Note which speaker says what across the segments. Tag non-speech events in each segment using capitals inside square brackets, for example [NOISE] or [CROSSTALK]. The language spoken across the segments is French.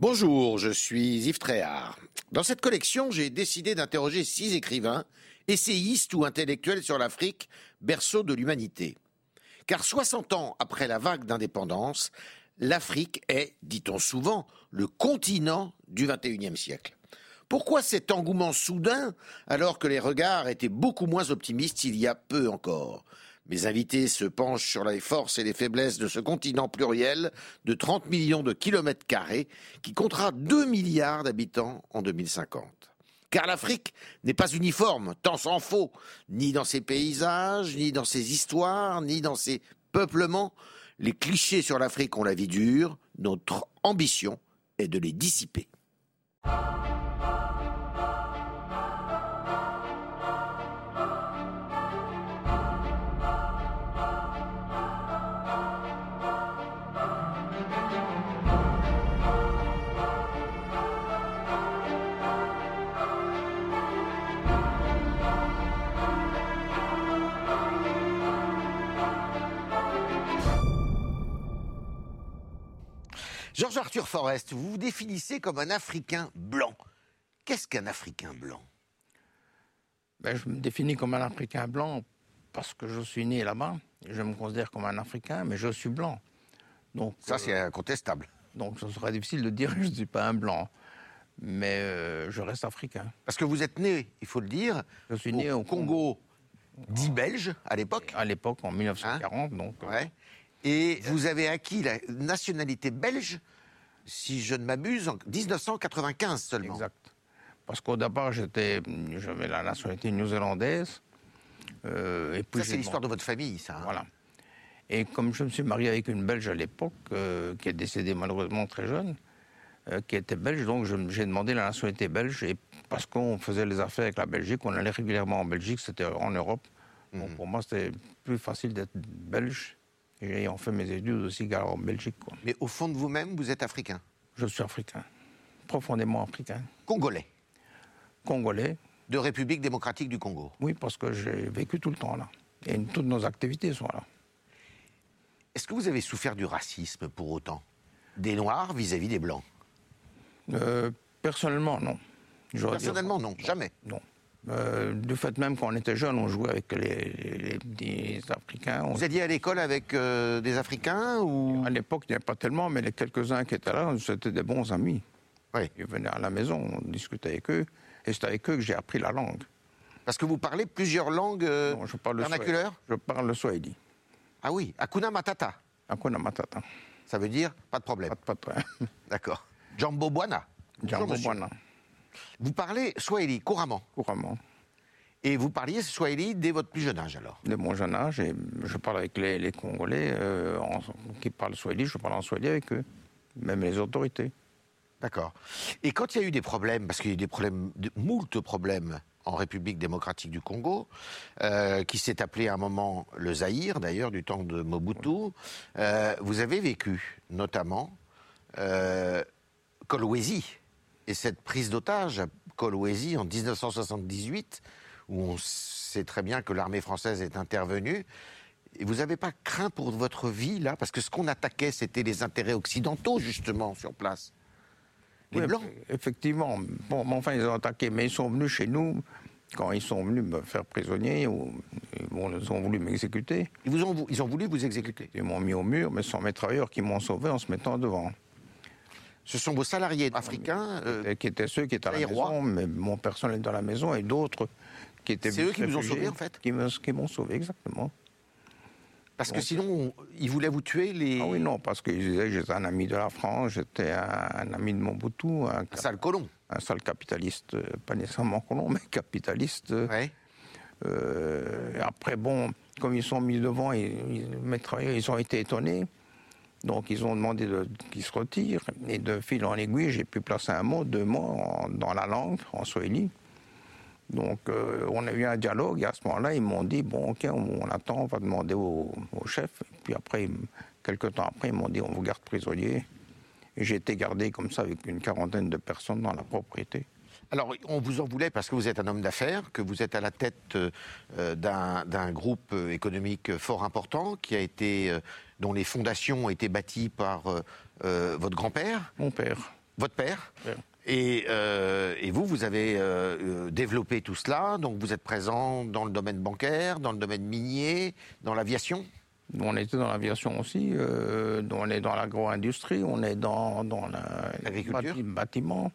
Speaker 1: Bonjour, je suis Yves Tréhard. Dans cette collection, j'ai décidé d'interroger six écrivains, essayistes ou intellectuels sur l'Afrique, berceau de l'humanité. Car 60 ans après la vague d'indépendance, l'Afrique est, dit-on souvent, le continent du XXIe siècle. Pourquoi cet engouement soudain alors que les regards étaient beaucoup moins optimistes il y a peu encore Mes invités se penchent sur les forces et les faiblesses de ce continent pluriel de 30 millions de kilomètres carrés qui comptera 2 milliards d'habitants en 2050. Car l'Afrique n'est pas uniforme, tant s'en faut, ni dans ses paysages, ni dans ses histoires, ni dans ses peuplements. Les clichés sur l'Afrique ont la vie dure, notre ambition est de les dissiper. Georges Arthur Forest, vous vous définissez comme un Africain blanc. Qu'est-ce qu'un Africain blanc
Speaker 2: ben, Je me définis comme un Africain blanc parce que je suis né là-bas. Je me considère comme un Africain, mais je suis blanc.
Speaker 1: Donc, Ça, euh, c'est incontestable.
Speaker 2: Donc, ce sera difficile de dire que je ne suis pas un blanc. Mais euh, je reste africain.
Speaker 1: Parce que vous êtes né, il faut le dire,
Speaker 2: je suis né au,
Speaker 1: au Congo, dit belge, à l'époque.
Speaker 2: À l'époque, en 1940. Hein donc,
Speaker 1: ouais. Et vous avez acquis la nationalité belge, si je ne m'abuse, en 1995 seulement.
Speaker 2: Exact. Parce qu'au départ, j'étais, j'avais la nationalité néo-zélandaise.
Speaker 1: Euh, et puis ça, c'est l'histoire de votre famille, ça. Hein.
Speaker 2: Voilà. Et comme je me suis marié avec une Belge à l'époque, euh, qui est décédée malheureusement très jeune, euh, qui était belge, donc j'ai demandé la nationalité belge. Et parce qu'on faisait les affaires avec la Belgique, on allait régulièrement en Belgique, c'était en Europe. Mmh. Donc pour moi, c'était plus facile d'être belge j'ai en fait mes études aussi en Belgique. Quoi.
Speaker 1: Mais au fond de vous-même, vous êtes africain
Speaker 2: Je suis africain, profondément africain.
Speaker 1: Congolais
Speaker 2: Congolais.
Speaker 1: De République démocratique du Congo
Speaker 2: Oui, parce que j'ai vécu tout le temps là. Et toutes nos activités sont là.
Speaker 1: Est-ce que vous avez souffert du racisme pour autant Des Noirs vis-à-vis -vis des Blancs
Speaker 2: euh, Personnellement, non.
Speaker 1: Personnellement, dire... non, jamais.
Speaker 2: Non. Euh, du fait même quand on était jeune, on jouait avec les, les, les Africains. On...
Speaker 1: Vous alliez à l'école avec euh, des Africains ou...
Speaker 2: À l'époque, il n'y avait pas tellement, mais les quelques-uns qui étaient là, c'était des bons amis.
Speaker 1: Oui.
Speaker 2: Ils venaient à la maison, on discutait avec eux, et c'est avec eux que j'ai appris la langue.
Speaker 1: Parce que vous parlez plusieurs langues euh, non,
Speaker 2: je parle vernaculaires le Je parle le swahili.
Speaker 1: Ah oui, Akuna Matata
Speaker 2: Akuna Matata.
Speaker 1: Ça veut dire pas de problème
Speaker 2: hein? Pas de, pas de problème.
Speaker 1: D'accord. Jambo Buana
Speaker 2: Jambo Buana.
Speaker 1: Vous parlez Swahili couramment
Speaker 2: Couramment.
Speaker 1: Et vous parliez Swahili dès votre plus jeune âge alors
Speaker 2: Dès mon jeune âge, et je parle avec les, les Congolais euh, en, qui parlent Swahili, je parle en Swahili avec eux, même les autorités.
Speaker 1: D'accord. Et quand il y a eu des problèmes, parce qu'il y a eu des problèmes, de, moult problèmes en République démocratique du Congo, euh, qui s'est appelé à un moment le Zaïre d'ailleurs, du temps de Mobutu, oui. euh, vous avez vécu notamment Euh, Kolwezi et cette prise d'otage à Kolwezi en 1978, où on sait très bien que l'armée française est intervenue, et vous n'avez pas craint pour votre vie là Parce que ce qu'on attaquait, c'était les intérêts occidentaux, justement, sur place. Les oui, Blancs
Speaker 2: Effectivement. Bon, mais enfin, ils ont attaqué, mais ils sont venus chez nous. Quand ils sont venus me faire prisonnier, ou, bon, ils ont voulu m'exécuter.
Speaker 1: Ils, vous ont, ils ont voulu vous exécuter
Speaker 2: Ils m'ont mis au mur, mais ce sont mes travailleurs qui m'ont sauvé en se mettant devant.
Speaker 1: Ce sont vos salariés africains
Speaker 2: Ah, euh, Qui étaient ceux qui étaient à la maison, rois. mais mon personnel dans la maison et d'autres qui étaient...
Speaker 1: C'est eux qui vous ont sauvé, en fait
Speaker 2: Qui m'ont sauvé, exactement.
Speaker 1: Parce Donc, que sinon, ils voulaient vous tuer les...
Speaker 2: Ah oui, non, parce qu'ils disaient j'étais un ami de la France, j'étais un, un, ami de Mobutu...
Speaker 1: Un, un sale colon.
Speaker 2: Un sale capitaliste, euh, pas nécessairement colon, mais capitaliste.
Speaker 1: Ouais.
Speaker 2: Euh, après, bon, comme ils sont mis devant, ils, ils, ils ont été étonnés. Donc ils ont demandé de, qu'ils se retirent. Et de fil en aiguille, j'ai pu placer un mot, deux mots en, dans la langue, en swahili. Donc euh, on a eu un dialogue et à ce moment-là, ils m'ont dit, bon ok, on, on, attend, on va demander au, au chef. Et puis après, quelques temps après, ils m'ont dit, on vous garde prisonnier. Et j'ai été gardé comme ça avec une quarantaine de personnes dans la propriété.
Speaker 1: Alors, on vous en voulait parce que vous êtes un homme d'affaires, que vous êtes à la tête euh, d'un groupe euh, économique fort important qui a été, euh, dont les fondations ont été bâties par euh, votre grand-père.
Speaker 2: Mon père.
Speaker 1: votre père. Et, euh, et vous, vous avez euh, euh, développé tout cela, donc vous êtes présent dans le domaine bancaire, dans le domaine minier, dans l'aviation.
Speaker 2: On était dans l'aviation aussi, euh, on est dans l'agro-industrie, on est dans, dans la-
Speaker 1: L'agriculture
Speaker 2: bâti- bâtiment.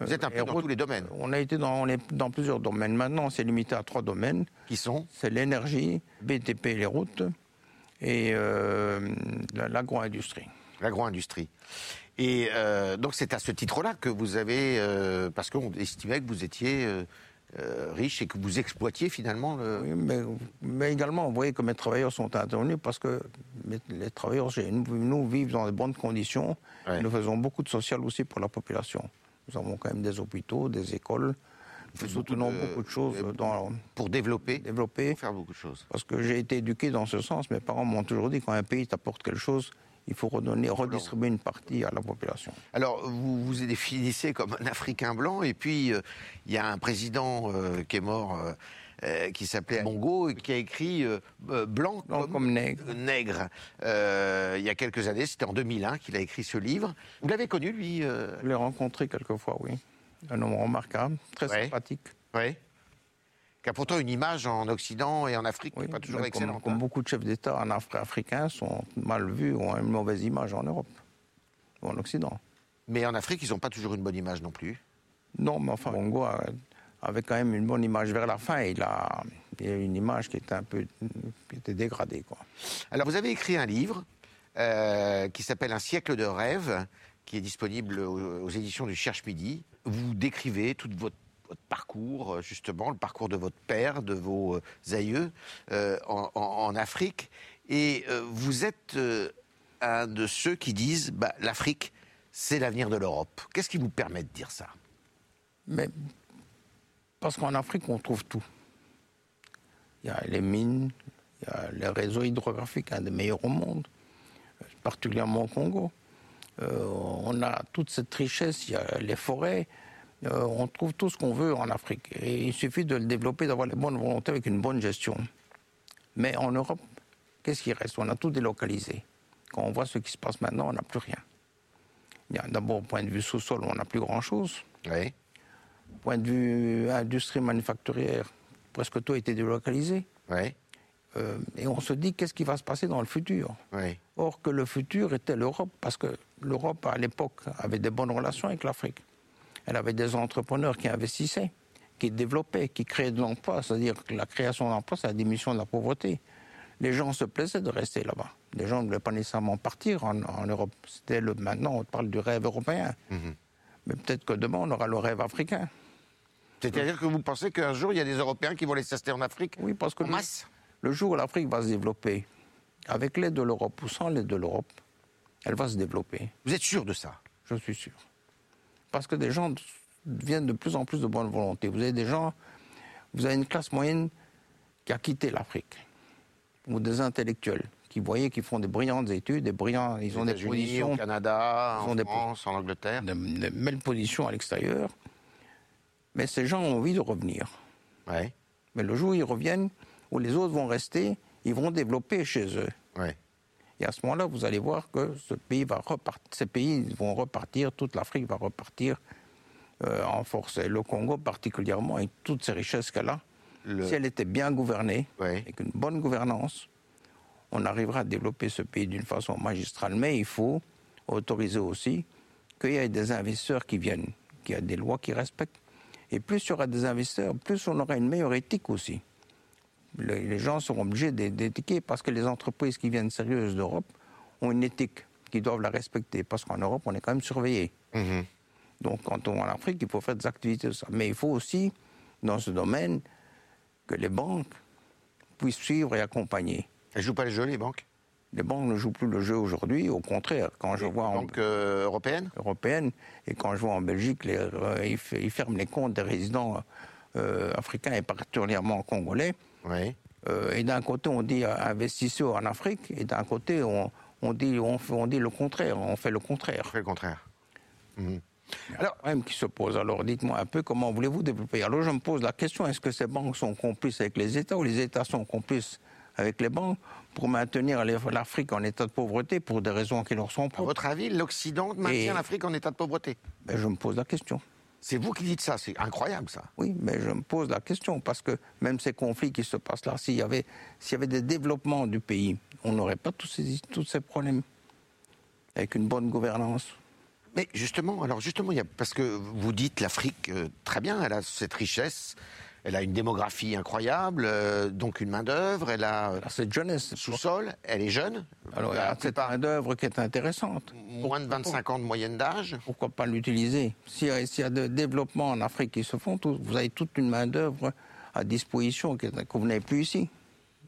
Speaker 1: Vous êtes un
Speaker 2: Euh,
Speaker 1: peu dans
Speaker 2: aéro-
Speaker 1: tous les domaines
Speaker 2: On a été dans, on est dans plusieurs domaines. Maintenant, c'est limité à trois domaines.
Speaker 1: qui sont.
Speaker 2: C'est l'énergie, BTP et les routes, et euh, la- l'agro-industrie.
Speaker 1: l'agro-industrie. Et euh, donc c'est à ce titre-là que vous avez, euh, parce qu'on estimait que vous étiez euh, euh, riche et que vous exploitiez finalement le...
Speaker 2: Oui, mais, mais également, vous voyez que mes travailleurs sont intervenus parce que mes- les travailleurs, chez nous, nous vivent dans de bonnes conditions.
Speaker 1: Ouais.
Speaker 2: Nous faisons beaucoup de social aussi pour la population. Nous avons quand même des hôpitaux, des écoles. Nous
Speaker 1: faites beaucoup
Speaker 2: soutenons
Speaker 1: de-
Speaker 2: beaucoup de choses
Speaker 1: de-
Speaker 2: dans
Speaker 1: pour développer,
Speaker 2: développer.
Speaker 1: pour faire beaucoup de choses.
Speaker 2: Parce que j'ai été éduqué dans ce sens. Mes parents m'ont toujours dit quand un pays t'apporte quelque chose, il faut redonner, redistribuer une partie à la population.
Speaker 1: Alors vous vous définissez comme un Africain blanc et puis euh, il y a un président euh, qui est mort euh, euh, qui s'appelait Bongo et qui a écrit euh, euh, blanc
Speaker 2: Non,
Speaker 1: comme...
Speaker 2: comme nègre.
Speaker 1: Nègre, Euh, il y a quelques années, c'était en 2001 qu'il a écrit ce livre. Vous l'avez connu, lui euh,
Speaker 2: Je l'ai rencontré quelquefois, oui. Un homme remarquable, très
Speaker 1: Ouais.
Speaker 2: sympathique.
Speaker 1: Oui. Qui a pourtant une image en Occident et en Afrique qui
Speaker 2: Oui,
Speaker 1: n'est pas toujours
Speaker 2: mais comme-
Speaker 1: excellente.
Speaker 2: Comme,
Speaker 1: hein.
Speaker 2: beaucoup de chefs d'État en Afri- africains sont mal vus, ont une mauvaise image en Europe, ou en Occident.
Speaker 1: Mais en Afrique, ils n'ont pas toujours une bonne image non plus.
Speaker 2: Non, mais enfin, Bongo a- avait quand même une bonne image vers la fin. Il a, il a eu une image qui était un peu qui était dégradée. Quoi.
Speaker 1: Alors, vous avez écrit un livre euh, qui s'appelle Un siècle de rêve, qui est disponible aux, aux éditions du Cherche Midi. Vous décrivez tout votre, votre parcours, euh, justement, le parcours de votre père, de vos euh, aïeux euh, en, en- en Afrique. Et euh, vous êtes euh, un de ceux qui disent bah, l'Afrique, c'est l'avenir de l'Europe. Qu'est-ce qui vous permet de dire ça
Speaker 2: Mais parce qu'en Afrique, on trouve tout. Il y a les mines, il y a les réseaux hydrographiques, un des meilleurs au monde, euh, particulièrement au Congo. Euh, on a toute cette richesse, il y a les forêts. Euh, on trouve tout ce qu'on veut en Afrique. Et il suffit de le développer, d'avoir les bonnes volontés avec une bonne gestion. Mais en Europe, qu'est-ce qui reste On a tout délocalisé. Quand on voit ce qui se passe maintenant, on n'a plus rien. Il y a D'abord, au point de vue sous-sol, on n'a plus grand-chose
Speaker 1: Oui.
Speaker 2: point de vue industrie manufacturière, presque tout a été délocalisé.
Speaker 1: Oui.
Speaker 2: Euh, et on se dit qu'est-ce qui va se passer dans le futur.
Speaker 1: Oui.
Speaker 2: Or que le futur était l'Europe, parce que l'Europe à l'époque avait des bonnes relations avec l'Afrique. Elle avait des entrepreneurs qui investissaient, qui développaient, qui créaient de l'emploi, c'est-à-dire que la création d'emplois, c'est la diminution de la pauvreté. Les gens se plaisaient de rester là-bas. Les gens ne voulaient pas nécessairement partir en, en Europe. C'était le, maintenant, on parle du rêve européen. Mais peut-être que demain, on aura le rêve africain.
Speaker 1: C'est-à-dire que vous pensez qu'un jour, il y a des Européens qui vont les s'installer en Afrique
Speaker 2: Oui, parce que
Speaker 1: en
Speaker 2: le-
Speaker 1: masse
Speaker 2: Le jour où l'Afrique va se développer, avec l'aide de l'Europe ou sans l'aide de l'Europe, elle va se développer,
Speaker 1: Vous êtes sûr de ça
Speaker 2: je suis sûr. Parce que des gens viennent de plus en plus de bonne volonté. Vous avez des gens, vous avez une classe moyenne qui a quitté l'Afrique, ou des intellectuels qui voyaient qu'ils font des brillantes études, des brillants, ils ont
Speaker 1: Aux
Speaker 2: des
Speaker 1: États-Unis,
Speaker 2: positions
Speaker 1: au Canada,
Speaker 2: Ils
Speaker 1: en
Speaker 2: ont des-
Speaker 1: France, en Angleterre.
Speaker 2: de, de belles positions à l'extérieur. Mais ces gens ont envie de revenir.
Speaker 1: Ouais,
Speaker 2: Mais le jour où ils reviennent, où les autres vont rester, ils vont développer chez eux.
Speaker 1: ouais.
Speaker 2: Et à ce moment-là, vous allez voir que ce pays va repartir, ces pays vont repartir, toute l'Afrique va repartir euh, en force. Et le Congo particulièrement, avec toutes ces richesses qu'elle a,
Speaker 1: Le-
Speaker 2: si elle était bien gouvernée,
Speaker 1: Ouais.
Speaker 2: avec une bonne gouvernance, on arrivera à développer ce pays d'une façon magistrale. Mais il faut autoriser aussi qu'il y ait des investisseurs qui viennent, qu'il y ait des lois qui respectent. Et plus il y aura des investisseurs, plus on aura une meilleure éthique aussi. Le- les gens seront obligés d'é- d'éthiquer parce que les entreprises qui viennent sérieuses d'Europe ont une éthique qu'ils doivent la respecter parce qu'en Europe, on est quand même surveillé.
Speaker 1: Mhm.
Speaker 2: Donc, quand on va en Afrique, il faut faire des activités de ça. Mais il faut aussi, dans ce domaine, que les banques puissent suivre et accompagner.
Speaker 1: Elles jouent pas le jeu, les banques
Speaker 2: Les banques ne jouent plus le jeu aujourd'hui, au contraire. Quand je
Speaker 1: Les
Speaker 2: vois en
Speaker 1: banques euh, européennes
Speaker 2: européenne et quand je vois en Belgique, les- euh, ils, f- ils ferment les comptes des résidents euh, africains et particulièrement congolais.
Speaker 1: Oui.
Speaker 2: Euh, et d'un côté, on dit euh, investissez en Afrique, et d'un côté, on, on dit, on, fait- on dit le contraire, on fait le contraire.
Speaker 1: Fait le contraire.
Speaker 2: Alors, même qui se pose, alors dites-moi un peu comment voulez-vous développer Alors, je me pose la question est-ce que ces banques sont complices avec les États ou les États sont complices avec les banques pour maintenir l'Afrique en état de pauvreté pour des raisons qui leur sont
Speaker 1: À
Speaker 2: propres.
Speaker 1: votre avis, l'Occident maintient
Speaker 2: Et-
Speaker 1: l'Afrique en état de pauvreté
Speaker 2: Ben, je me pose la question.
Speaker 1: C'est vous qui dites ça, c'est incroyable ça.
Speaker 2: Oui, mais je me pose la question, parce que même ces conflits qui se passent là, s'il y avait, s'il y avait des développements du pays, on n'aurait pas tous ces, tous ces problèmes. Avec une bonne gouvernance.
Speaker 1: Mais justement, alors justement, il y a- parce que vous dites l'Afrique, euh, très bien, elle a cette richesse, elle a une démographie incroyable, euh, donc une main-d'œuvre, elle a euh,
Speaker 2: Alors, cette jeunesse,
Speaker 1: sous-sol, elle est jeune,
Speaker 2: alors,
Speaker 1: elle a
Speaker 2: cette
Speaker 1: peut-être
Speaker 2: main-d'œuvre qui est intéressante.
Speaker 1: moins de 25 ans de moyenne d'âge.
Speaker 2: pourquoi pas l'utiliser S'il y, a- s'il y a des développements en Afrique qui se font, tout- vous avez toute une main-d'œuvre à disposition que, que vous n'avez plus ici.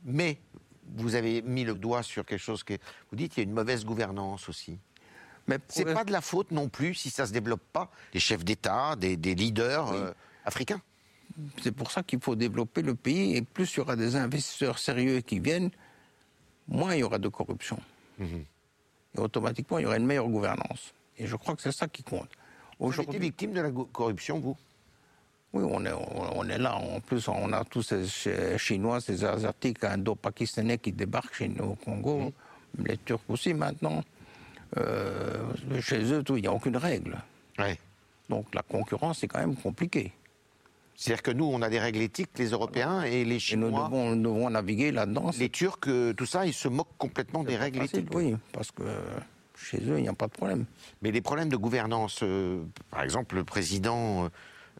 Speaker 1: Mais vous avez mis le doigt sur quelque chose que vous dites, il y a une mauvaise gouvernance aussi.
Speaker 2: Mais
Speaker 1: C'est
Speaker 2: progress-
Speaker 1: pas de la faute non plus si ça se développe pas. Des chefs d'État, des, des leaders euh, africains.
Speaker 2: c'est pour ça qu'il faut développer le pays et plus il y aura des investisseurs sérieux qui viennent, moins il y aura de corruption.
Speaker 1: Mhm.
Speaker 2: Et automatiquement, il y aura une meilleure gouvernance. Et je crois que c'est ça qui compte.
Speaker 1: Vous avez été
Speaker 2: Aujourd'hui,
Speaker 1: victime de la go- corruption, vous
Speaker 2: oui, on est, on on est là. En plus, on a tous ces Chi- Chinois, ces Asiatiques, Indo-Pakistanais qui débarquent chez nous au Congo,
Speaker 1: Mm.
Speaker 2: les Turcs aussi maintenant. Euh, chez eux, tout, il n'y a aucune règle.
Speaker 1: Ouais.
Speaker 2: Donc la concurrence est quand même compliquée.
Speaker 1: C'est-à-dire que nous, on a des règles éthiques, les Européens et les
Speaker 2: Et nous
Speaker 1: Chinois.
Speaker 2: devons, nous devons naviguer là-dedans.
Speaker 1: Les Turcs, euh, tout ça, ils se moquent complètement des règles
Speaker 2: Facile,
Speaker 1: éthiques.
Speaker 2: Oui, parce que chez eux, il n'y a pas de problème.
Speaker 1: Mais les problèmes de gouvernance, euh, par exemple, le président euh,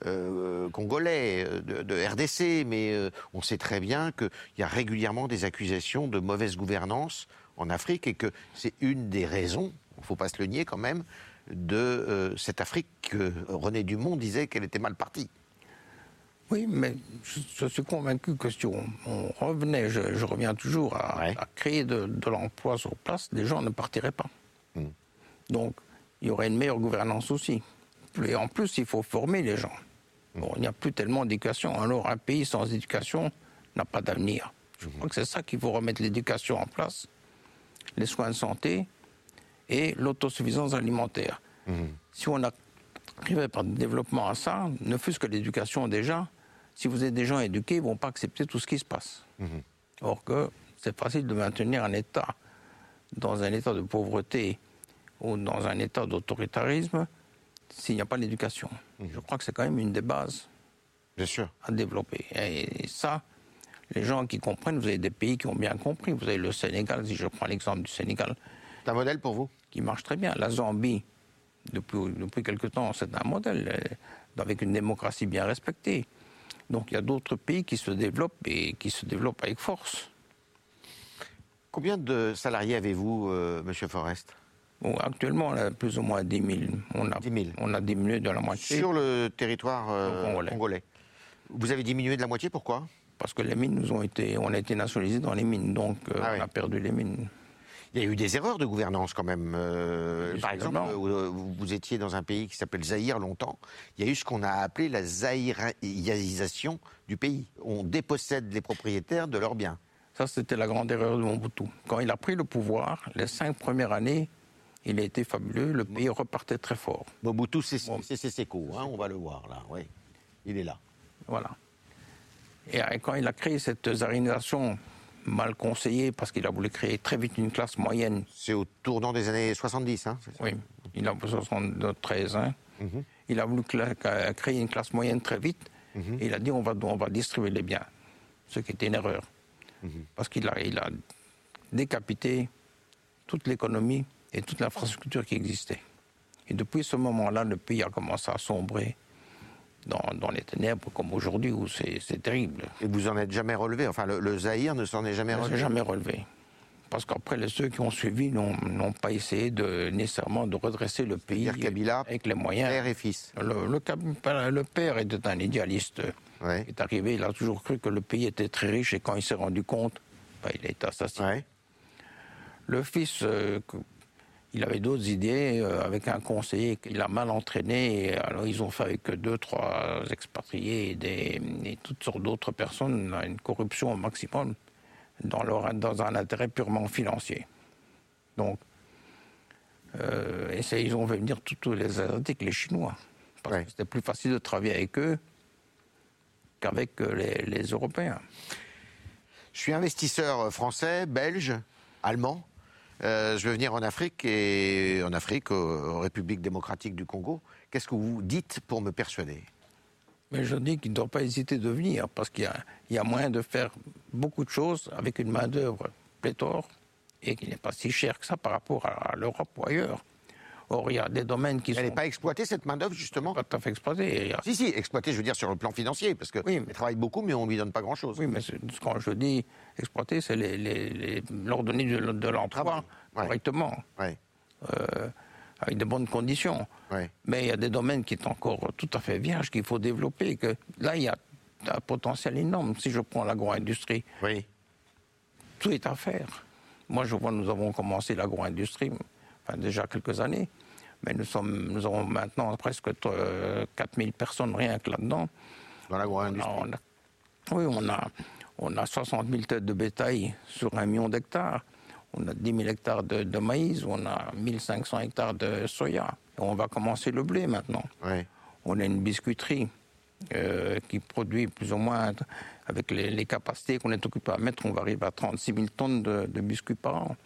Speaker 1: euh, congolais euh, de, de RDC, mais euh, on sait très bien qu'il y a régulièrement des accusations de mauvaise gouvernance en Afrique et que c'est une des raisons, il ne faut pas se le nier quand même, de euh, cette Afrique que René Dumont disait qu'elle était mal partie.
Speaker 2: Oui, mais je, je suis convaincu que si on, on revenait, je, je reviens toujours à,
Speaker 1: Ouais.
Speaker 2: à créer de, de l'emploi sur place, les gens ne partiraient pas.
Speaker 1: Mm.
Speaker 2: Donc, il y aurait une meilleure gouvernance aussi. Et en plus, il faut former les gens. Bon, il n'y a plus tellement d'éducation. Alors, un pays sans éducation n'a pas d'avenir. Je crois que c'est ça qu'il faut remettre l'éducation en place, les soins de santé et l'autosuffisance alimentaire. Si on arrivait par le développement à ça, ne fût-ce que l'éducation déjà, si vous êtes des gens éduqués, ils ne vont pas accepter tout ce qui se passe. Or que c'est facile de maintenir un État dans un état de pauvreté ou dans un état d'autoritarisme s'il n'y a pas l'éducation. Je crois que c'est quand même une des bases
Speaker 1: Bien sûr.
Speaker 2: à développer. Et ça, les gens qui comprennent, vous avez des pays qui ont bien compris. Vous avez le Sénégal, si je prends l'exemple du Sénégal,
Speaker 1: C'est un modèle pour vous
Speaker 2: qui marche très bien. La Zambie, depuis, depuis quelque temps, c'est un modèle euh, avec une démocratie bien respectée. Donc il y a d'autres pays qui se développent et qui se développent avec force.
Speaker 1: Combien de salariés avez-vous, euh, Monsieur Forest
Speaker 2: Bon, actuellement, on a plus ou moins 10 000. On a,
Speaker 1: 10 000.
Speaker 2: On a diminué de la moitié
Speaker 1: Sur le territoire euh,
Speaker 2: Congolais.
Speaker 1: congolais. Vous avez diminué de la moitié, pourquoi
Speaker 2: parce que les mines nous ont été, on a été nationalisés dans les mines, donc euh,
Speaker 1: Ah oui.
Speaker 2: on a perdu les mines.
Speaker 1: Il y a eu des erreurs de gouvernance quand même. Euh,
Speaker 2: Oui,
Speaker 1: par exemple,
Speaker 2: certainement.
Speaker 1: euh, vous vous étiez dans un pays qui s'appelle Zaïre longtemps. Il y a eu ce qu'on a appelé la zaïrisation du pays. On dépossède les propriétaires de leurs biens.
Speaker 2: Ça, c'était la grande erreur de Mobutu. Quand il a pris le pouvoir, les cinq premières années, il a été fabuleux. Le pays repartait très fort.
Speaker 1: Mobutu, c'est
Speaker 2: Bon.
Speaker 1: c'est Seko, hein, on va le voir là. Oui. Il est là.
Speaker 2: Voilà. Et euh, quand il a créé cette zarination mal conseillée, parce qu'il a voulu créer très vite une classe moyenne,
Speaker 1: C'est au tournant des années 70. Hein, c'est ça
Speaker 2: oui, il a 73 ans, il a voulu cla- ca- créer une classe moyenne très vite, et il a dit on va, on va distribuer les biens, ce qui était une erreur, parce qu'il a, il a décapité toute l'économie et toute l'infrastructure qui existait. Et depuis ce moment-là, le pays a commencé à sombrer dans, dans les ténèbres, comme aujourd'hui, où c'est c'est terrible.
Speaker 1: Et vous en êtes jamais relevé. Enfin, le, le Zaïre ne s'en est jamais
Speaker 2: Je
Speaker 1: relevé.
Speaker 2: l'ai jamais relevé. Parce qu'après, les ceux qui ont suivi n'ont n'ont pas essayé de, nécessairement de redresser le pays
Speaker 1: C'est-à-dire Kabila,
Speaker 2: avec les moyens.
Speaker 1: Père et fils.
Speaker 2: Le, le Kab- le père était un idéaliste.
Speaker 1: Ouais.
Speaker 2: Il est arrivé, il a toujours cru que le pays était très riche et quand il s'est rendu compte, ben, il a été assassiné.
Speaker 1: Ouais.
Speaker 2: Le fils, euh, que- il avait d'autres idées euh, avec un conseiller qu'il a mal entraîné. et alors ils ont fait avec deux, trois expatriés et, des- et toutes sortes d'autres personnes une corruption au maximum dans, leur- dans un intérêt purement financier. Donc, euh, et c'est- ils ont fait venir tous- tous les Asiatiques, les Chinois. Parce
Speaker 1: Ouais.
Speaker 2: que c'était plus facile de travailler avec eux qu'avec euh, les- les Européens.
Speaker 1: Je suis investisseur français, belge, allemand. Euh, je veux venir en Afrique et en Afrique, euh, en République démocratique du Congo. Qu'est-ce que vous dites pour me persuader
Speaker 2: Mais je dis qu'il ne doit pas hésiter de venir, parce qu'il y a, il y a moyen de faire beaucoup de choses avec une main-d'œuvre pléthore et qui n'est pas si cher que ça par rapport à, à l'Europe ou ailleurs. Or, il y a des domaines qui
Speaker 1: Elle n'est
Speaker 2: sont
Speaker 1: pas exploitée, cette main-d'œuvre, justement
Speaker 2: pas tout à fait exploités. Il y a-
Speaker 1: Si, si, exploitée, je veux dire, sur le plan financier, parce que
Speaker 2: Oui,
Speaker 1: elle
Speaker 2: mais-
Speaker 1: travaille beaucoup, mais on ne lui donne pas grand-chose.
Speaker 2: Oui, mais c'est- quand je dis exploiter, c'est les, les, les- leur donner de, de
Speaker 1: Travail,
Speaker 2: l'emploi
Speaker 1: Ah ouais.
Speaker 2: correctement,
Speaker 1: Ouais,
Speaker 2: euh, avec de bonnes conditions.
Speaker 1: ouais.
Speaker 2: Mais il y a des domaines qui sont encore tout à fait vierges, qu'il faut développer. Que là, il y a un potentiel énorme. Si je prends l'agro-industrie,
Speaker 1: Oui.
Speaker 2: tout est à faire. Moi, je vois, nous avons commencé l'agro-industrie enfin, déjà quelques années, mais nous, sommes, nous avons maintenant presque euh, 4000 personnes rien que là-dedans.
Speaker 1: Dans l'agro-industrie.
Speaker 2: On a- oui, on a, on a 60 000 têtes de bétail sur un million d'hectares. On a 10 000 hectares de, de maïs, on a 1500 hectares de soya. Et on va commencer le blé maintenant.
Speaker 1: Ouais.
Speaker 2: On a une biscuiterie euh, qui produit plus ou moins, avec les, les capacités qu'on est occupé à mettre, on va arriver à 36 000 tonnes de, de biscuits par an.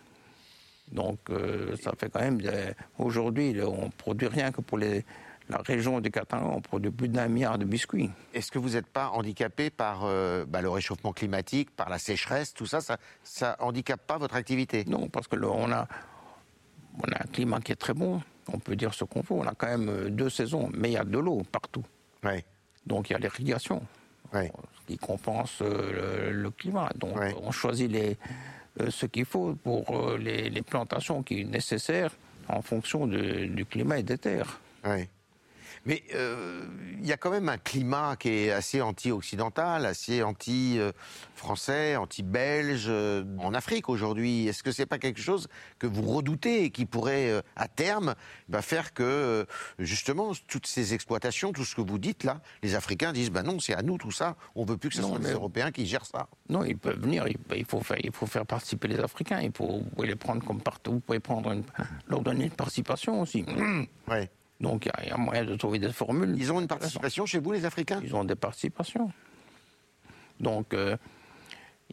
Speaker 2: Donc euh, ça fait quand même... des- Aujourd'hui, là, on produit rien que pour les- la région du Catalan, on produit plus d'un milliard de biscuits.
Speaker 1: Est-ce que vous n'êtes pas handicapé par euh, bah, le réchauffement climatique, par la sécheresse, tout ça Ça ne handicape pas votre activité
Speaker 2: Non, parce que le- on, a, on a un climat qui est très bon. On peut dire ce qu'on veut. On a quand même euh, deux saisons, mais il y a de l'eau partout.
Speaker 1: Oui.
Speaker 2: Donc il y a l'irrigation
Speaker 1: Ouais.
Speaker 2: ce qui compense euh, le, le climat. Donc
Speaker 1: Ouais.
Speaker 2: on choisit les, euh, ce qu'il faut pour euh, les, les plantations qui sont nécessaires en fonction de- du climat et des terres.
Speaker 1: Oui. Mais euh, il y a quand même un climat qui est assez anti-occidental, assez anti-français, anti-belge euh, en Afrique aujourd'hui. Est-ce que c'est pas quelque chose que vous redoutez et qui pourrait, euh, à terme, bah, faire que, euh, justement, toutes ces exploitations, tout ce que vous dites là, les Africains disent bah non, c'est à nous tout ça, on veut plus que ce
Speaker 2: Non,
Speaker 1: soit les
Speaker 2: mais-
Speaker 1: Européens qui gèrent ça.
Speaker 2: Non, ils peuvent venir, il, il faut faire, il faut faire participer les Africains, il faut, vous pouvez les prendre comme partout, vous pouvez prendre une- leur donner une participation aussi. [CLEARS THROAT]
Speaker 1: Ouais.
Speaker 2: Donc il y a- il y, a moyen de trouver des formules.
Speaker 1: Ils ont une participation chez vous, les Africains
Speaker 2: Ils ont des participations. Donc, euh,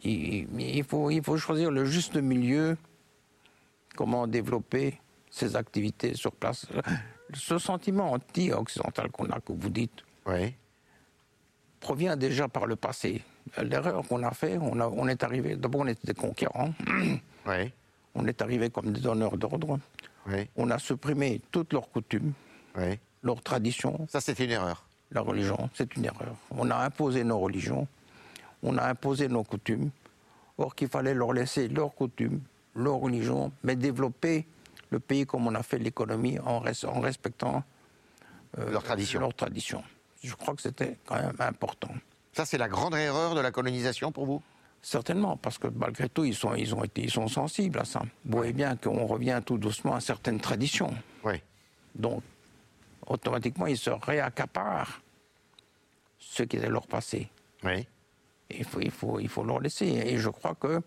Speaker 2: il, il- il faut, il faut choisir le juste milieu, comment développer ses activités sur place. Ce sentiment anti-occidental qu'on a, que vous dites,
Speaker 1: Oui.
Speaker 2: provient déjà par le passé. L'erreur qu'on a fait, on, a- on est arrivé, d'abord on était des conquérants,
Speaker 1: Oui.
Speaker 2: on est arrivé comme des donneurs d'ordre,
Speaker 1: Oui.
Speaker 2: on a supprimé toutes leurs coutumes,
Speaker 1: Oui.
Speaker 2: leurs traditions,
Speaker 1: Ça, c'était une erreur.
Speaker 2: la religion, c'est une erreur. On a imposé nos religions, on a imposé nos coutumes, or qu'il fallait leur laisser leurs coutumes, leurs religions, mais développer le pays comme on a fait l'économie en, res- en respectant euh,
Speaker 1: Leurs traditions.
Speaker 2: leurs traditions. Je crois que c'était quand même important.
Speaker 1: Ça, c'est la grande erreur de la colonisation pour vous
Speaker 2: Certainement, parce que malgré tout, ils sont, ils ont été, ils sont sensibles à ça. Vous voyez bien qu'on revient tout doucement à certaines traditions.
Speaker 1: Oui.
Speaker 2: Donc, automatiquement, ils se réaccaparent ce qui était leur passé.
Speaker 1: Oui.
Speaker 2: Il faut, il faut, il faut leur laisser. Et je crois que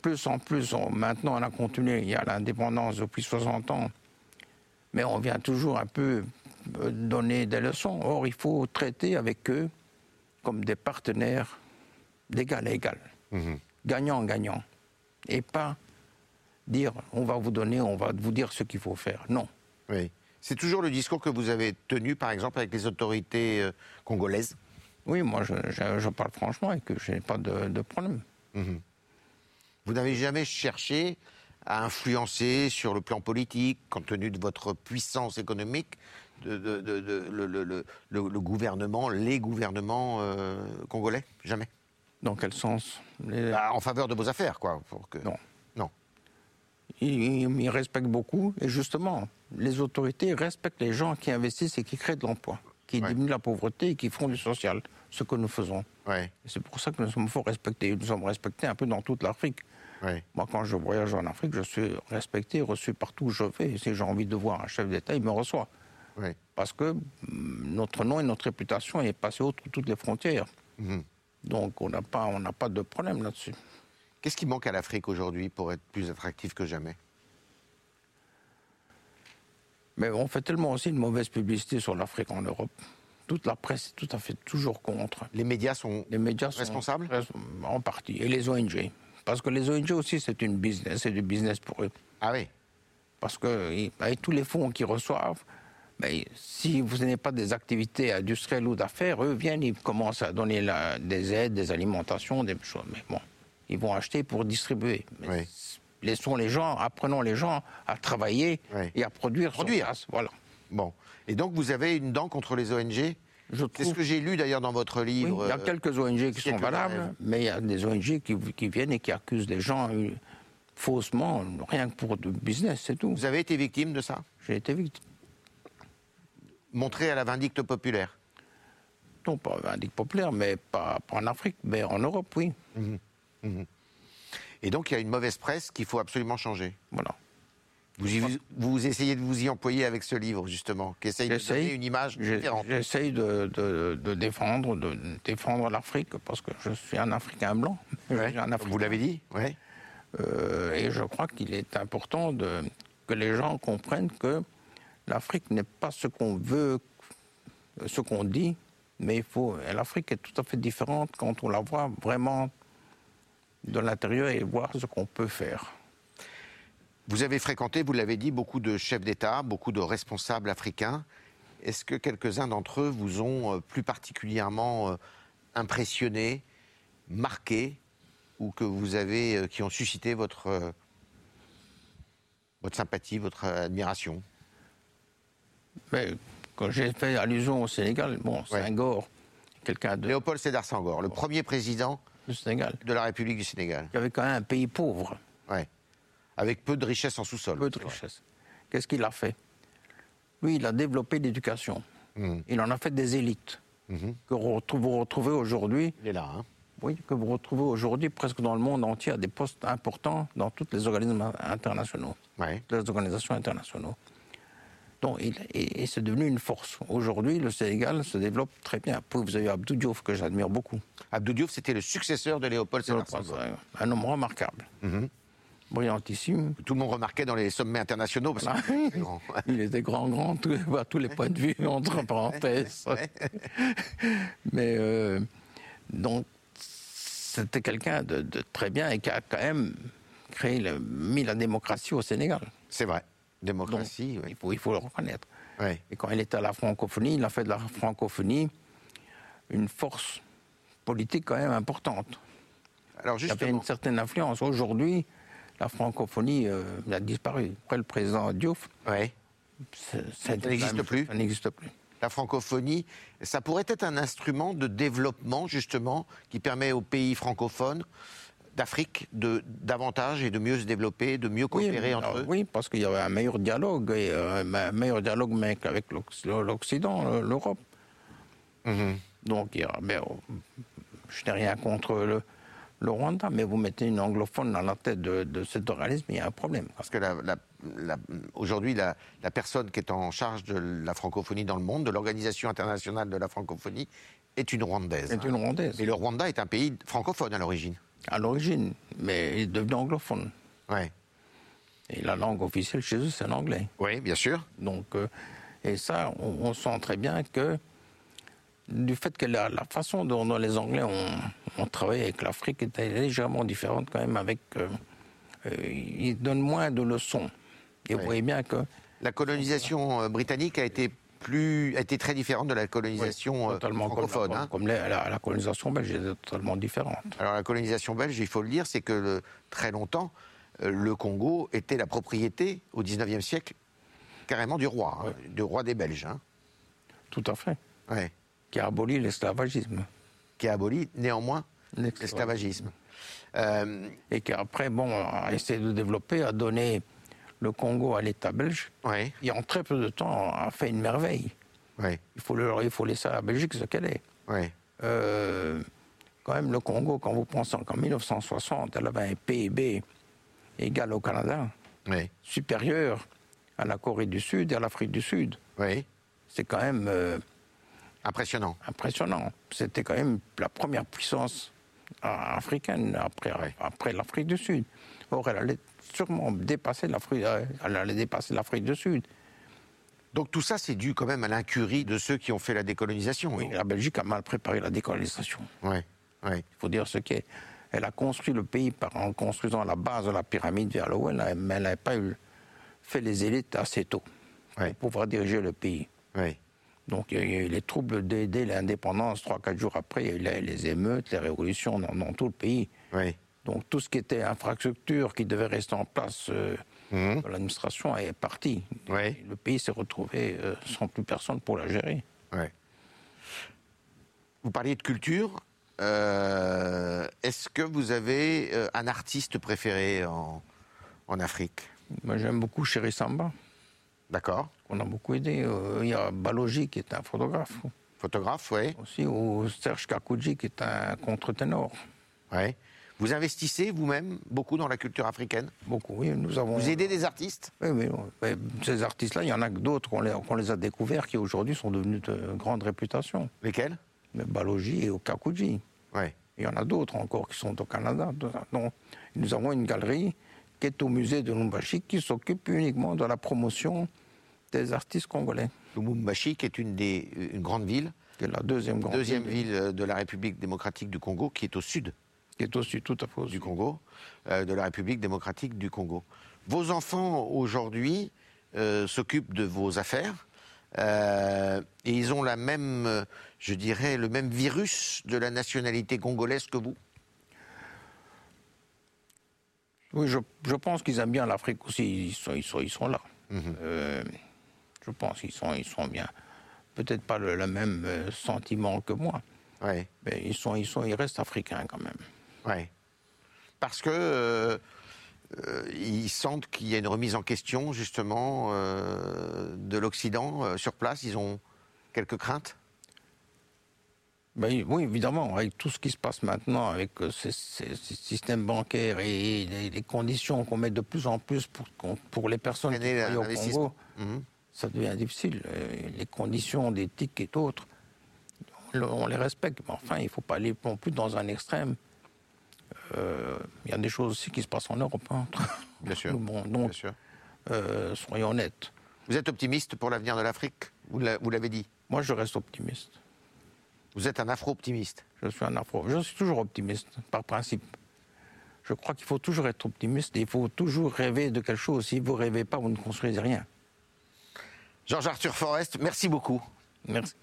Speaker 2: plus en plus, on- maintenant on a continué, il y a l'indépendance depuis 60 ans, mais on vient toujours un peu euh, donner des leçons. Or, il faut traiter avec eux comme des partenaires d'égal à égal, gagnant-gagnant, et pas dire on va vous donner, on va vous dire ce qu'il faut faire. Non.
Speaker 1: Oui. C'est toujours le discours que vous avez tenu, par exemple, avec les autorités euh, congolaises.
Speaker 2: Oui, moi je, je- je parle franchement et que je n'ai pas de- de problème.
Speaker 1: Vous n'avez jamais cherché à influencer sur le plan politique, compte tenu de votre puissance économique, de, de- de- de- le, le- le- le- le gouvernement, les gouvernements euh, congolais Jamais
Speaker 2: Dans quel sens Les-
Speaker 1: Bah, En faveur de vos affaires, quoi. Pour que...
Speaker 2: Non.
Speaker 1: Non.
Speaker 2: Ils, ils respectent beaucoup. Et justement, les autorités respectent les gens qui investissent et qui créent de l'emploi, qui
Speaker 1: Ouais.
Speaker 2: diminuent la pauvreté et qui font du social, ce que nous faisons.
Speaker 1: Oui.
Speaker 2: Et C'est pour ça que nous sommes fort respectés. Nous sommes respectés un peu dans toute l'Afrique.
Speaker 1: Oui.
Speaker 2: Moi, quand je voyage en Afrique, je suis respecté, reçu partout où je vais. Si j'ai envie de voir un chef d'État, il me reçoit.
Speaker 1: Oui.
Speaker 2: Parce que hum, notre nom et notre réputation est passé outre toutes les frontières.
Speaker 1: Mhm.
Speaker 2: Donc, on n'a pas, on n'a pas de problème là-dessus.
Speaker 1: Qu'est-ce qui manque à l'Afrique aujourd'hui pour être plus attractif que jamais
Speaker 2: Mais on fait tellement aussi une mauvaise publicité sur l'Afrique en Europe toute la presse est tout à fait toujours contre.
Speaker 1: Les médias sont
Speaker 2: Les médias sont
Speaker 1: responsables
Speaker 2: res- en partie, et les ONG. Parce que les ONG aussi, c'est une business, c'est du business pour eux.
Speaker 1: Ah oui.
Speaker 2: Parce que ils- avec tous les fonds qu'ils reçoivent, ben, si vous n'avez pas des activités industrielles ou d'affaires, eux viennent, ils commencent à donner la- des aides, des alimentations, des choses. Mais bon, ils vont acheter pour distribuer. Mais
Speaker 1: Oui.
Speaker 2: s- Laissons les gens, apprenons les gens à travailler
Speaker 1: Oui.
Speaker 2: et à produire. sur
Speaker 1: Produire.
Speaker 2: place, Voilà.
Speaker 1: Bon. Et donc, vous avez une dent contre les ONG
Speaker 2: Je
Speaker 1: C'est ce
Speaker 2: trouve-
Speaker 1: que j'ai lu d'ailleurs dans votre
Speaker 2: Oui,
Speaker 1: livre.
Speaker 2: il y a
Speaker 1: euh,
Speaker 2: quelques ONG qui sont
Speaker 1: siècle
Speaker 2: valables,
Speaker 1: d'arève.
Speaker 2: mais il y a des ONG qui, qui viennent et qui accusent les gens euh, faussement, rien que pour du business, c'est tout.
Speaker 1: Vous avez été victime de ça
Speaker 2: J'ai été victime.
Speaker 1: Montré à la vindicte populaire
Speaker 2: Non, pas un ligue populaire, mais pas, pas en Afrique, mais en Europe, oui.
Speaker 1: Et donc, il y a une mauvaise presse qu'il faut absolument changer.
Speaker 2: Voilà.
Speaker 1: Vous, y- vous, vous essayez de vous y employer avec ce livre, justement, qui essaye de
Speaker 2: J'essaye.
Speaker 1: donner une image
Speaker 2: J'ai-
Speaker 1: différente.
Speaker 2: J'essaye de, de- de défendre, de, de défendre l'Afrique, parce que je suis un Africain blanc.
Speaker 1: Ouais,
Speaker 2: Je suis un
Speaker 1: comme
Speaker 2: Africain.
Speaker 1: vous l'avez dit ouais.
Speaker 2: Euh, et je crois qu'il est important de, que les gens comprennent que l'Afrique n'est pas ce qu'on veut, ce qu'on dit, mais il faut. et L'Afrique est tout à fait différente quand on la voit vraiment de l'intérieur et voir ce qu'on peut faire.
Speaker 1: Vous avez fréquenté, vous l'avez dit, beaucoup de chefs d'État, beaucoup de responsables africains. Est-ce que quelques-uns d'entre eux vous ont euh, plus particulièrement euh, impressionné, marqué, ou que vous avez, euh, qui ont suscité votre, euh, votre sympathie, votre euh, admiration
Speaker 2: Mais quand j'ai fait allusion au Sénégal, bon,
Speaker 1: Ouais.
Speaker 2: Senghor, quelqu'un de
Speaker 1: Léopold Sédar Senghor, le premier président
Speaker 2: du Sénégal,
Speaker 1: de la République du Sénégal,
Speaker 2: qui avait quand même un pays pauvre,
Speaker 1: ouais. avec peu de richesses en sous-sol.
Speaker 2: peu de
Speaker 1: c'est vrai.
Speaker 2: richesse. Qu'est-ce qu'il a fait Lui, il a développé l'éducation.
Speaker 1: Mhm.
Speaker 2: Il en a fait des élites
Speaker 1: Hmm.
Speaker 2: que vous retrou- vous retrouvez aujourd'hui,
Speaker 1: Il est là. hein.
Speaker 2: oui, que vous retrouvez aujourd'hui presque dans le monde entier à des postes importants dans tous les organismes internationaux.
Speaker 1: Ouais.
Speaker 2: toutes les organisations internationales. Donc, il, et, et c'est devenu une force. Aujourd'hui, le Sénégal se développe très bien. Après, vous avez Abdou Diouf, que j'admire beaucoup.
Speaker 1: Abdou Diouf, c'était le successeur de Léopold Sédar Senghor.
Speaker 2: Un homme remarquable.
Speaker 1: Hmm.
Speaker 2: Brillantissime.
Speaker 1: Tout le monde remarquait dans les sommets internationaux, parce
Speaker 2: Voilà.
Speaker 1: que c'est très grand.
Speaker 2: [LAUGHS] Il était grand, grand, tout- à tous les points de
Speaker 1: [LAUGHS]
Speaker 2: vue, entre parenthèses. Mais euh, donc, c'était quelqu'un de, de très bien et qui a quand même créé, le- mis la démocratie au Sénégal.
Speaker 1: C'est vrai.
Speaker 2: Donc,
Speaker 1: Démocratie,
Speaker 2: il,
Speaker 1: oui.
Speaker 2: faut, il faut le reconnaître.
Speaker 1: Ouais.
Speaker 2: Et quand il était à la francophonie, il a fait de la francophonie une force politique quand même importante.
Speaker 1: Alors
Speaker 2: Il y avait
Speaker 1: justement,
Speaker 2: une certaine influence. Aujourd'hui, la francophonie euh, a disparu. Après le président Diouf,
Speaker 1: ouais.
Speaker 2: ça- ça a été
Speaker 1: n'existe
Speaker 2: quand même-
Speaker 1: plus.
Speaker 2: Ça n'existe plus.
Speaker 1: la francophonie, ça pourrait être un instrument de développement, justement, qui permet aux pays francophones d'Afrique de davantage et de mieux se développer, de mieux coopérer
Speaker 2: mais-
Speaker 1: entre
Speaker 2: ah,
Speaker 1: eux.
Speaker 2: oui, parce qu'il y avait un meilleur dialogue, et, euh, un meilleur dialogue même avec l'Occ- l'Occident, le- l'Europe. Mhm. Donc, il y a- mais, oh, je n'ai rien contre le, le Rwanda, mais vous mettez une anglophone dans la tête de, de cet organisme, il y a un problème.
Speaker 1: Parce que la- la- la- aujourd'hui, la, la personne qui est en charge de la francophonie dans le monde, de l'Organisation internationale de la francophonie, est une Rwandaise. hein.
Speaker 2: C'est une Rwandaise,
Speaker 1: Et le Rwanda est un pays francophone à l'origine.
Speaker 2: à l'origine, mais il est devenu anglophone.
Speaker 1: Ouais.
Speaker 2: Et la langue officielle chez eux, c'est l'anglais.
Speaker 1: Oui, bien sûr.
Speaker 2: Donc, euh, et ça, on, on sent très bien que du fait que la, la façon dont, dont les Anglais ont, ont travaillé avec l'Afrique était légèrement différente quand même avec... euh, euh, ils donnent moins de leçons. Et
Speaker 1: Oui.
Speaker 2: vous voyez bien que...
Speaker 1: La colonisation euh, britannique a été plus, a été très différente de la colonisation euh,
Speaker 2: totalement comme,
Speaker 1: francophone.
Speaker 2: la,
Speaker 1: hein.
Speaker 2: comme la- la- la colonisation belge était totalement différente.
Speaker 1: Alors la colonisation belge, il faut le dire, c'est que le- très longtemps, euh, le Congo était la propriété au 19e siècle carrément du roi, hein, du roi des Belges, hein.
Speaker 2: Tout à fait.
Speaker 1: Ouais.
Speaker 2: Qui a aboli l'esclavagisme.
Speaker 1: qui a aboli néanmoins
Speaker 2: L'esclavagisme.
Speaker 1: l'esclavagisme. Euh,
Speaker 2: Et qui après, bon, a essayé de développer, a donné le Congo à l'État belge.
Speaker 1: oui,
Speaker 2: Et en très peu de temps, a fait une merveille.
Speaker 1: oui,
Speaker 2: Il faut, leur- il faut laisser à la Belgique ce qu'elle est.
Speaker 1: oui.
Speaker 2: Euh, quand même, le Congo, quand vous pensez qu'en 1960, elle avait un PIB égal au Canada,
Speaker 1: Oui,
Speaker 2: supérieur à la Corée du Sud et à l'Afrique du Sud.
Speaker 1: oui.
Speaker 2: C'est quand même euh,
Speaker 1: Impressionnant.
Speaker 2: impressionnant. C'était quand même la première puissance euh, africaine après,
Speaker 1: Ouais.
Speaker 2: après l'Afrique du Sud. Or, elle allait sûrement dépasser l'Afrique, euh, elle allait dépasser l'Afrique du Sud.
Speaker 1: Donc tout ça, c'est dû quand même à l'incurie de ceux qui ont fait la décolonisation.
Speaker 2: Oui, la Belgique a mal préparé la décolonisation.
Speaker 1: Ouais, ouais.
Speaker 2: Il faut dire ce qu'est. Elle a construit le pays par, en construisant la base de la pyramide vers le haut, elle a- mais elle n'avait pas eu- fait les élites assez tôt
Speaker 1: Ouais.
Speaker 2: pour pouvoir diriger le pays.
Speaker 1: ouais.
Speaker 2: Donc il y a eu les troubles dès, dès l'indépendance, 3-4 jours après, il y a eu les, les émeutes, les révolutions dans, dans tout le pays.
Speaker 1: Oui.
Speaker 2: Donc tout ce qui était infrastructure qui devait rester en place euh,
Speaker 1: Mhm.
Speaker 2: dans l'administration est parti.
Speaker 1: Ouais.
Speaker 2: Et Le pays s'est retrouvé euh, sans plus personne pour la gérer.
Speaker 1: Ouais. Vous parliez de culture. Euh, Est-ce que vous avez euh, un artiste préféré en, en Afrique
Speaker 2: Moi j'aime beaucoup Chéri Samba,
Speaker 1: D'accord.
Speaker 2: qu'on a beaucoup aidé. Euh, Il y a Balogi qui est un photographe
Speaker 1: Photographe, oui.
Speaker 2: aussi, ou Serge Kakouji qui est un contre-ténor.
Speaker 1: Ouais. Vous investissez vous-même beaucoup dans la culture africaine
Speaker 2: Beaucoup, oui, nous avons...
Speaker 1: Vous aidez des artistes
Speaker 2: Oui, oui, oui. Mais ces artistes-là, il y en a que d'autres qu'on les, qu'on les a découverts qui aujourd'hui sont devenus de grande réputation.
Speaker 1: Lesquels
Speaker 2: Mais Balogi et Okakuji.
Speaker 1: Oui.
Speaker 2: Il y en a d'autres encore qui sont au Canada. Donc, nous avons une galerie qui est au musée de Lumbashi qui s'occupe uniquement de la promotion des artistes congolais.
Speaker 1: Lumumbashi, qui est une, des, une grande ville,
Speaker 2: qui est la deuxième grande
Speaker 1: deuxième ville euh, de la République démocratique du Congo, qui est au sud
Speaker 2: qui est aussi tout à fait au
Speaker 1: du
Speaker 2: sud.
Speaker 1: Congo, euh, de la République démocratique du Congo. Vos enfants aujourd'hui euh, s'occupent de vos affaires euh, et ils ont la même, euh, je dirais, le même virus de la nationalité congolaise que vous.
Speaker 2: Oui, je, je pense qu'ils aiment bien l'Afrique aussi. Ils sont, ils sont, ils sont là. Euh, je pense qu'ils sont, ils sont bien. Peut-être pas le, le même euh, sentiment que moi,
Speaker 1: Ouais,
Speaker 2: mais ils sont, ils sont, ils restent africains quand même.
Speaker 1: ouais. Parce que euh, euh, ils sentent qu'il y a une remise en question justement euh, de l'Occident euh, sur place. Ils ont quelques craintes.
Speaker 2: Ben, oui, évidemment, avec tout ce qui se passe maintenant, avec euh, ces, ces- ces systèmes bancaires et les, les conditions qu'on met de plus en plus pour, qu'on- pour les personnes qui
Speaker 1: Freiner
Speaker 2: travaillent au
Speaker 1: l'investissement.
Speaker 2: Congo,
Speaker 1: Mhm.
Speaker 2: ça devient difficile. Euh, Les conditions d'éthique et d'autres, on, le- on les respecte, mais enfin, il ne faut pas aller non plus dans un extrême. Euh, Il y a des choses aussi qui se passent en Europe. hein.
Speaker 1: [LAUGHS] Bien sûr,
Speaker 2: [LAUGHS] Bon, donc,
Speaker 1: bien sûr.
Speaker 2: euh, soyons honnêtes.
Speaker 1: Vous êtes optimiste pour l'avenir de l'Afrique. Vous l'a- vous l'avez dit.
Speaker 2: Moi, je reste optimiste.
Speaker 1: Vous êtes un afro-optimiste.
Speaker 2: Je suis un afro. Je suis toujours optimiste, par principe. Je crois qu'il faut toujours être optimiste et il faut toujours rêver de quelque chose. Si vous rêvez pas, vous ne construisez rien.
Speaker 1: Georges-Arthur Forest, merci beaucoup.
Speaker 2: Merci.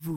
Speaker 3: Vous